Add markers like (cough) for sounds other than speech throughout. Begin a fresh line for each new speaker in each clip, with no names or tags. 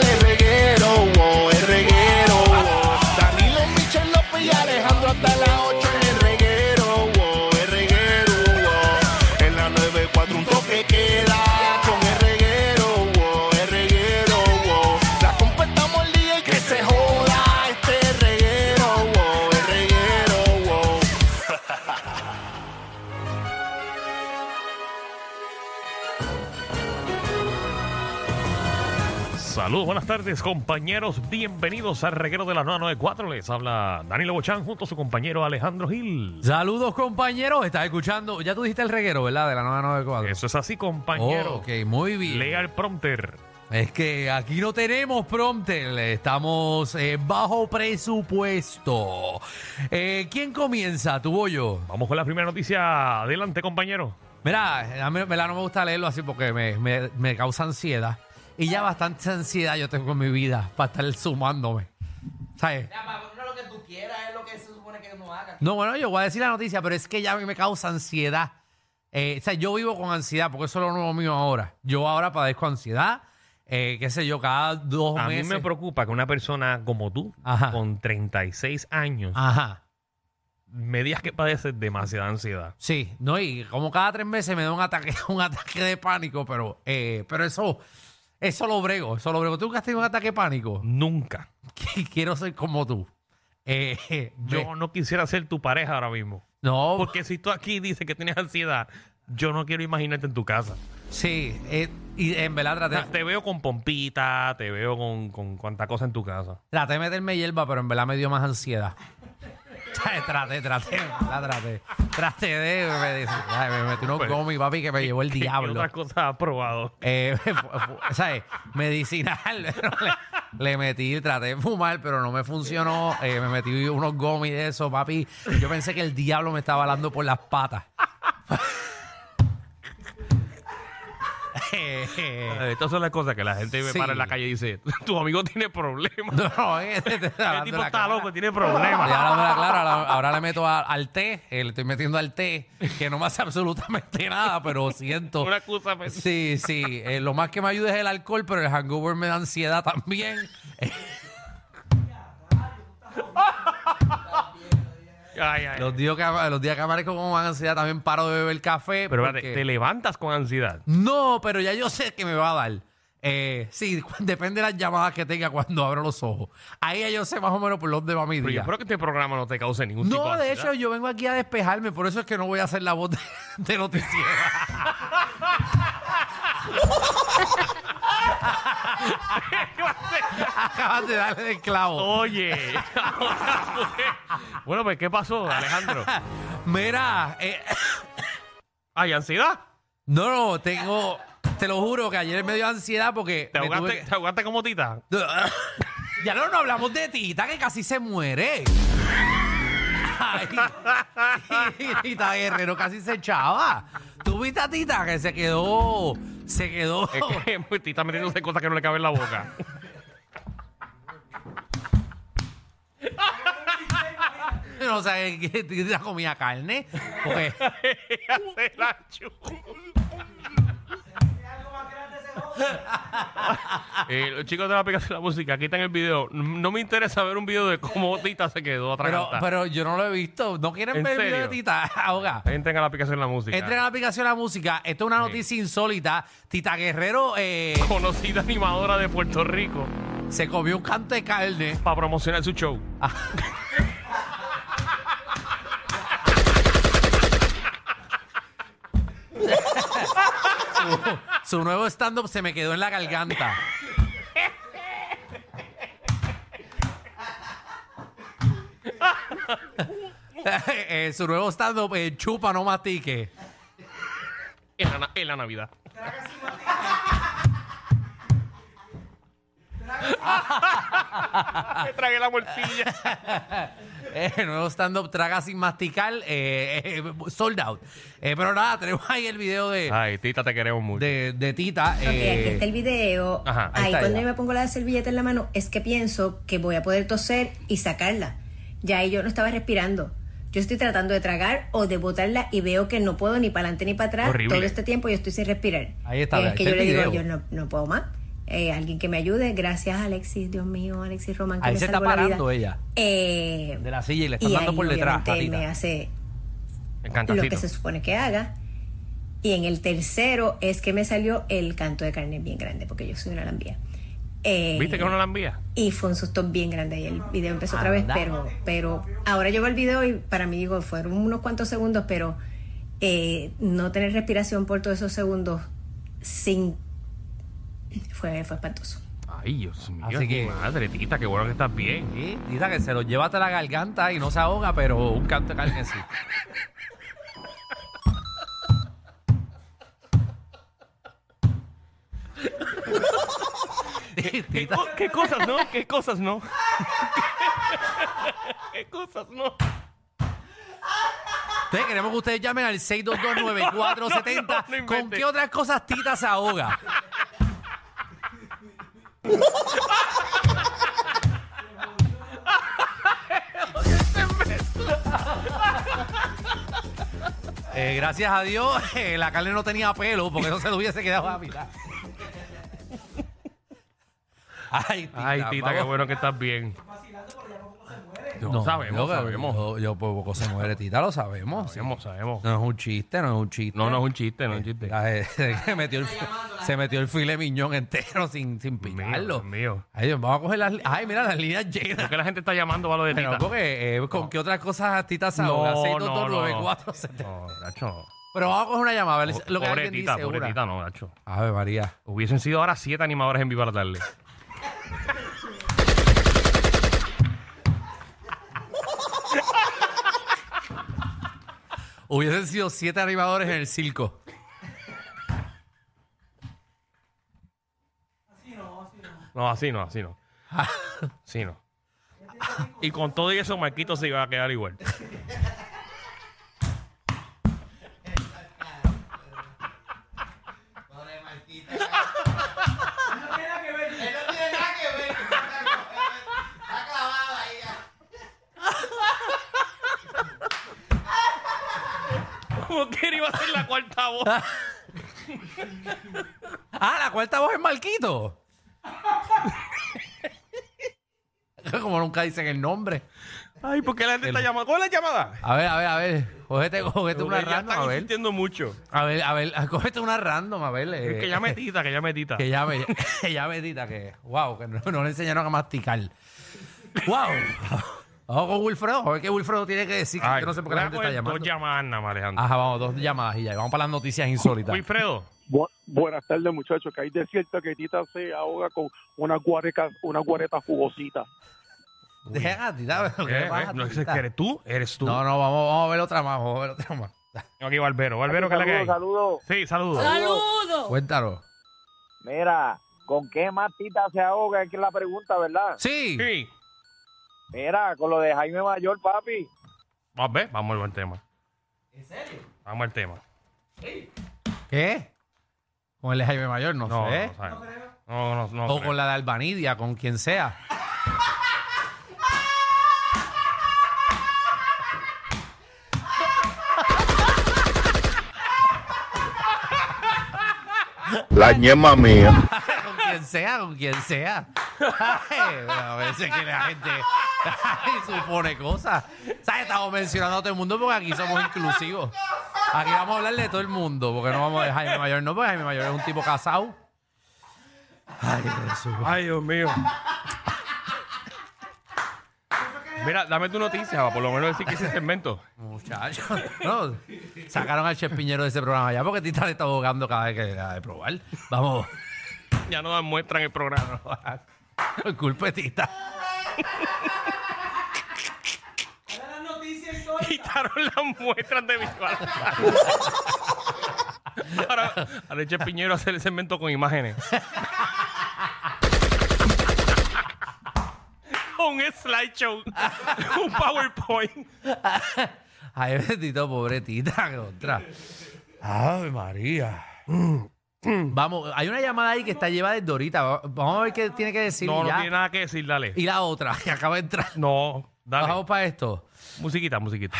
el reguero, oh, el reguero. oh. Danilo Michel López y Alejandro hasta las 8 en el reguero, oh, el reguero. oh. En la 94 un toque queda con el reguero, oh, el reguero. oh. La completamos el día y que se joda este reguero, oh, el reguero. oh.
Saludos, buenas tardes compañeros, bienvenidos al reguero de la 994, les habla Danilo Bochán junto a su compañero Alejandro Gil.
Saludos compañeros, estás escuchando, ya tú dijiste el reguero, ¿verdad? De la 994.
Eso es así compañero.
ok, muy bien.
Lea el prompter.
Es que aquí no tenemos prompter, estamos eh, bajo presupuesto. Eh, ¿Quién comienza, tú o yo?
Vamos con la primera noticia, adelante compañero.
Mira, a mí ¿verdad? no me gusta leerlo así porque me, me- me causa ansiedad. Y ya bastante ansiedad yo tengo en mi vida para estar sumándome. ¿Sabes?
Ya, papá, no es lo que tú quieras, es lo que se supone que uno haga.
No, bueno, yo voy a decir la noticia, pero es que ya a mí me causa ansiedad. Eh, o sea, yo vivo con ansiedad, porque eso es lo nuevo mío ahora. Yo ahora padezco ansiedad, eh, qué sé yo, cada dos
A mí
meses.
me preocupa que una persona como tú,
Ajá.
con 36 años,
Ajá.
me digas que padeces demasiada ansiedad.
Sí, no, y como cada tres meses me da un ataque, (laughs) un ataque de pánico, pero, eh, pero eso, eso lo brego, eso lo brego. ¿Tú nunca has tenido un ataque de pánico? (laughs)
Nunca.
Quiero ser como tú. Eh, (laughs)
Yo
me-
no quisiera ser tu pareja ahora mismo.
no,
Porque si tú aquí dices que tienes ansiedad, yo no quiero imaginarte en tu casa.
sí, eh, y en verdad
O sea,
traté,
te veo con pompita, te veo con, con cuanta cosa en tu casa.
traté de meterme hierba, pero en verdad me dio más ansiedad. (laughs) traté, traté, la traté. Traté de. Me, dice, ay, me metí unos
Pues,
gomis, papi, que me llevó el
¿Qué- qué
diablo.
otras cosas has probado?
Eh, (laughs) fu- fu- ¿Sabes? Medicinal. (laughs) pero le, le metí, traté de fumar, pero no me funcionó. Eh, me metí unos gomis de eso, papi. Yo pensé que el diablo me estaba hablando por las patas. (laughs) Eh, eh, (laughs)
Eh, Estas son las cosas que la gente me
Sí.
para en la calle y dice, (laughs) tu amigo tiene problemas.
(laughs) no, no, eh, te- te-
El
hablando
tipo
la
está
cara.
loco, tiene
Y
problemas.
ahora, ahora, claro, ahora, ahora le meto a- al té, eh, le estoy metiendo al té, que no me hace absolutamente nada, pero siento.
Una excusa, pues.
Sí, sí. eh, lo más que me ayuda es el alcohol, pero el hangover me da ansiedad también. (laughs)
Ay, ay.
Los días que, los días que amanezco con ansiedad también paro de beber café.
Pero
porque-
espérate, te levantas con ansiedad.
No, pero ya yo sé que me va a dar. Eh, sí, (laughs) cu- depende de las llamadas que tenga cuando abro los ojos. Ahí ya yo sé más o menos por dónde va mi
Pero yo
día.
espero que este programa no te cause ningún tipo
No, de
ansiedad.
hecho, yo vengo aquí a despejarme, por eso es que no voy a hacer la voz de, de noticiero. Acabas de darle el clavo. (laughs)
Oye. ahora fue. bueno, pues, ¿qué pasó, Alejandro?
Mira, eh,
¿Hay ansiedad?
no, no, tengo, te lo juro que ayer me dio ansiedad porque...
¿Te
me tuve
ahogaste,
que-
te ahogaste como tita?
(laughs) ya no, no hablamos de Tita, que casi se muere. Ay, (laughs) Tita Guerrero casi se echaba. ¿Tú viste a Tita que se quedó... Se quedó...
Es
(laughs)
que pues, tita metiéndose cosas que no le caben en la boca.
No sé, que Tita comía carne.
(laughs)
Porque,
Hace la chupa. Eh, los chicos de la aplicación de la música quitan el video. No me interesa ver un video de cómo Tita se quedó
pero,
atragantada.
pero yo no lo he visto. ¿No quieren
¿En
ver el video de
serio?
Tita? (laughs) Ahoga.
Entren a la aplicación de la música.
Entren a la aplicación de la música. Esto es una
Sí.
noticia insólita. Tita Guerrero eh,
Conocida animadora de Puerto Rico
se comió un canto de carne.
para promocionar su show.
Ah. Su, su nuevo stand-up se me quedó en la garganta. Eh, su nuevo stand-up, eh, chupa, no mastique.
En la, na- en la Navidad. Me tragué la morcilla.
Eh, el nuevo stand-up traga sin masticar, eh, eh, sold out. Eh, pero nada, tenemos ahí el video de,
Ay, Tita, te queremos mucho.
de, de Tita.
Ok, aquí
eh,
está el video.
Ajá,
ahí
ahí
está
cuando
ya.
yo me pongo la servilleta en la mano, es que pienso que voy a poder toser y sacarla. Ya ahí yo no estaba respirando. Yo estoy tratando de tragar o de botarla y veo que no puedo ni para adelante ni para atrás.
Horrible.
Todo este tiempo yo estoy sin respirar.
Ahí está,
Y es
ahí
que
está
yo
el
le digo,
video.
yo no, no puedo más. Eh, alguien que me ayude. Gracias, Alexis. Dios mío, Alexis Román. que
Ahí
me
se está
salvó la vida.
parando ella.
Eh,
De la silla y le están
y
dando
ahí,
por detrás,
obviamente,
Tatita.
me hace lo
Encantacito.
que se supone que haga. Y en el tercero es que me salió el canto de carne bien grande, porque yo soy una lambía. Eh,
¿Viste que no la envía?
Y fue un susto bien grande y el video empezó otra vez,
Anda.
pero, pero ahora yo veo el video y para mí digo, fueron unos cuantos segundos, pero eh, no tener respiración por todos esos segundos sin... Fue, fue espantoso.
Ay, Dios mío.
Así que-
Madre, Tita, qué bueno que estás bien.
Sí, Tita, que se lo lleva hasta la garganta y no se ahoga, pero un canto de carne sí. (laughs)
¿Qué,
Tita,
co- Oh, qué cosas no? ¿Qué cosas (laughs) no? ¿Qué cosas no?
ustedes queremos que ustedes
(laughs)
llamen al 6229470.
No, no, no inventes.
¿Con qué otras cosas Tita se ahoga? Eh, gracias a Dios, eh, la carne no tenía pelo porque no se lo hubiese quedado a mitad. Ay, Tita,
Ay, Tita, qué
vamos.
bueno que estás bien. No, sabemos,
yo-
sabemos.
Yo, yo por poco se muere, Tita, lo sabemos.
Sabemos, sabemos.
No es un chiste, no es un chiste. Eh,
No, no es un chiste, no es un chiste.
La gente que metió el- se metió el file miñón entero sin, sin picarlo.
Dios mío.
Ay, Dios, vamos a coger las li- Ay, mira, las líneas
¿Por
llenas.
qué la gente está llamando a lo de
Pero
Tita?
porque, eh, ¿con qué otras cosas Tita se
No,
ahoga?
no,
6229470.
No, Nacho.
Pero vamos a coger una llamada. a ver si- lo que
Pobre
alguien
Tita,
dice.
pobre
una.
Tita, no, Nacho.
Ave María.
Hubiesen sido ahora siete animadores en vivo para darle.
Hubiesen sido siete arribadores en el circo.
No, así no, (laughs) así no. Así no. Y con todo y eso, Marquito se iba a quedar (laughs) igual.
Él no tiene nada que ver. Está clavada ahí.
¿Cómo que él iba a ser la cuarta voz?
Ah, la cuarta voz es Marquito. (laughs) Como nunca dicen el nombre.
Ay, ¿por qué la gente está llamando? ¿Cuál es la llamada?
A ver, a ver, a ver. Cógete, cógete una
Ya
random, a
están
ver.
insistiendo mucho.
A ver, a ver, (laughs) cógete una random, a ver. eh,
Que llame Tita, que llame Tita.
Que (laughs) llame, que llame, Tita, que. Wow, que no, no le enseñaron a masticar. Wow. Vamos con Wilfredo, a ver qué Wilfredo tiene que decir. que
Ay,
yo no sé por qué la gente
voy a
está
coger
llamando. Ah,
Dos llamadas nada más, Alejandro.
Ajá, vamos, dos llamadas y ya. Vamos para las noticias insólitas.
Wilfredo,
Bu- buenas tardes, muchachos. Que hay de cierto que Tita se ahoga con una guareca, una guareta jugosita.
Deja a Tita, pero ¿qué
¿eh?
le pasa a
No,
Tita?
¿eres tú? ¿Eres tú?
No, no, vamos, vamos a ver otra más, vamos a ver otra más.
Tengo aquí Barbero. Barbero, ¿qué es la que hay?
Saludos, saludos.
Sí, saludos.
Cuéntalo.
Mira, ¿con qué más Tita se ahoga? Es que es la pregunta, ¿verdad?
Sí.
Sí.
Mira, con lo de Jaime Mayor, papi.
Vamos a ver, vamos al buen tema.
¿En serio?
Vamos al tema.
¿Qué? Con el de Jaime Mayor, no,
No,
sé.
no, sabemos. no, no, no.
o
creo.
con la de Albanidia, con quien sea.
La ñema mía.
(laughs) con quien sea, con quien sea. Ay, a veces que la gente ay, supone cosas. ¿Sabes? Estamos mencionando a todo el mundo porque aquí somos inclusivos. Aquí vamos a hablar de todo el mundo, porque no vamos a dejar a Jaime Mayor, no, porque Jaime Mayor es un tipo casado. Ay, Jesús.
Ay, Dios mío. Mira, dame tu noticia, para por lo menos decir que ese segmento.
Muchachos, no, sacaron al chef Piñero de ese programa ya porque Tita le está abogando cada vez que le da de probar. Vamos, (laughs)
Ya no dan muestra en el programa.
no culpe Tita.
(laughs) Quitaron las muestras de visual. ahora, ahora eche Piñero a hacer el segmento con imágenes. (laughs) con un slideshow. un PowerPoint.
(laughs) Ay, bendito, pobre (laughs) Tita, que otra. Ay, María. Vamos, hay una llamada ahí que está llevada desde ahorita. Va- Vamos a ver qué tiene que decir
No, no
ya.
tiene nada que decir, dale.
Y la otra, (laughs) que acaba de entrar.
No, dale.
Bajamos para esto.
Musiquita, musiquita.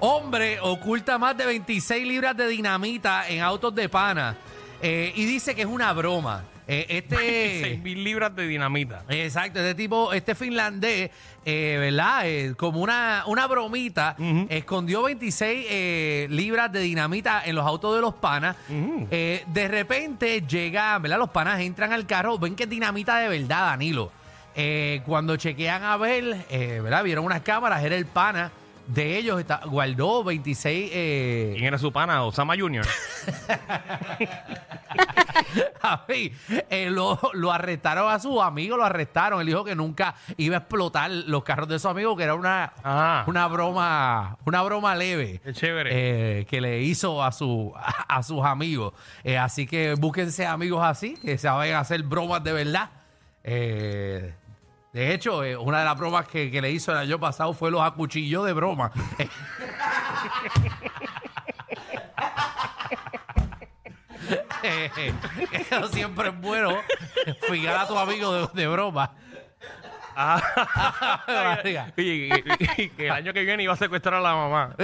Hombre oculta más de 26 libras de dinamita en autos de pana eh, y dice que es una broma. Eh, este.
6 mil libras de dinamita.
Exacto, este tipo, este finlandés, eh, ¿verdad? Eh, como una, una bromita, escondió 26 eh, libras de dinamita en los autos de los panas. Eh, de repente llega, ¿verdad? Los panas entran al carro, ven que es dinamita de verdad, Danilo. Eh, cuando chequean a ver, eh, ¿verdad? Vieron unas cámaras, era el pana de ellos, está- guardó 26... eh,
¿Quién era su pana? Osama Junior.
(laughs) Javi, eh, lo, lo arrestaron a sus amigos, lo arrestaron. Él dijo que nunca iba a explotar los carros de sus amigos, que era una,
Ah.
una broma, una broma leve.
Qué chévere.
eh, que le hizo a, su, a, a sus amigos. Eh, así que búsquense amigos así, que saben hacer bromas de verdad. Eh, de hecho, eh, una de las bromas que, que le hizo el año pasado fue los acuchilló de broma. (laughs) Eh, Eso siempre es bueno. Fijar a tu amigo de, de broma.
(laughs)
María.
Y, y- y- y que el año que viene iba a secuestrar a la mamá.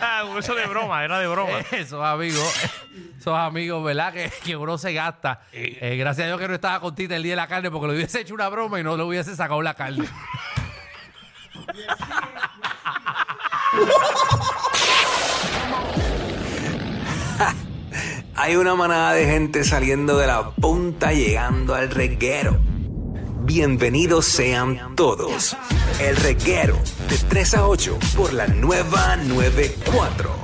ah, eso de broma, era de broma.
(laughs) Esos amigos, esos amigos, ¿verdad? Que, que uno se gasta. Eh, gracias a Dios que no estaba con Tita el día de la carne porque le hubiese hecho una broma y no le hubiese sacado la carne.
Hay una manada de gente saliendo de la punta llegando al reguero. Bienvenidos sean todos. El reguero de 3 a 8 por la nueva 94.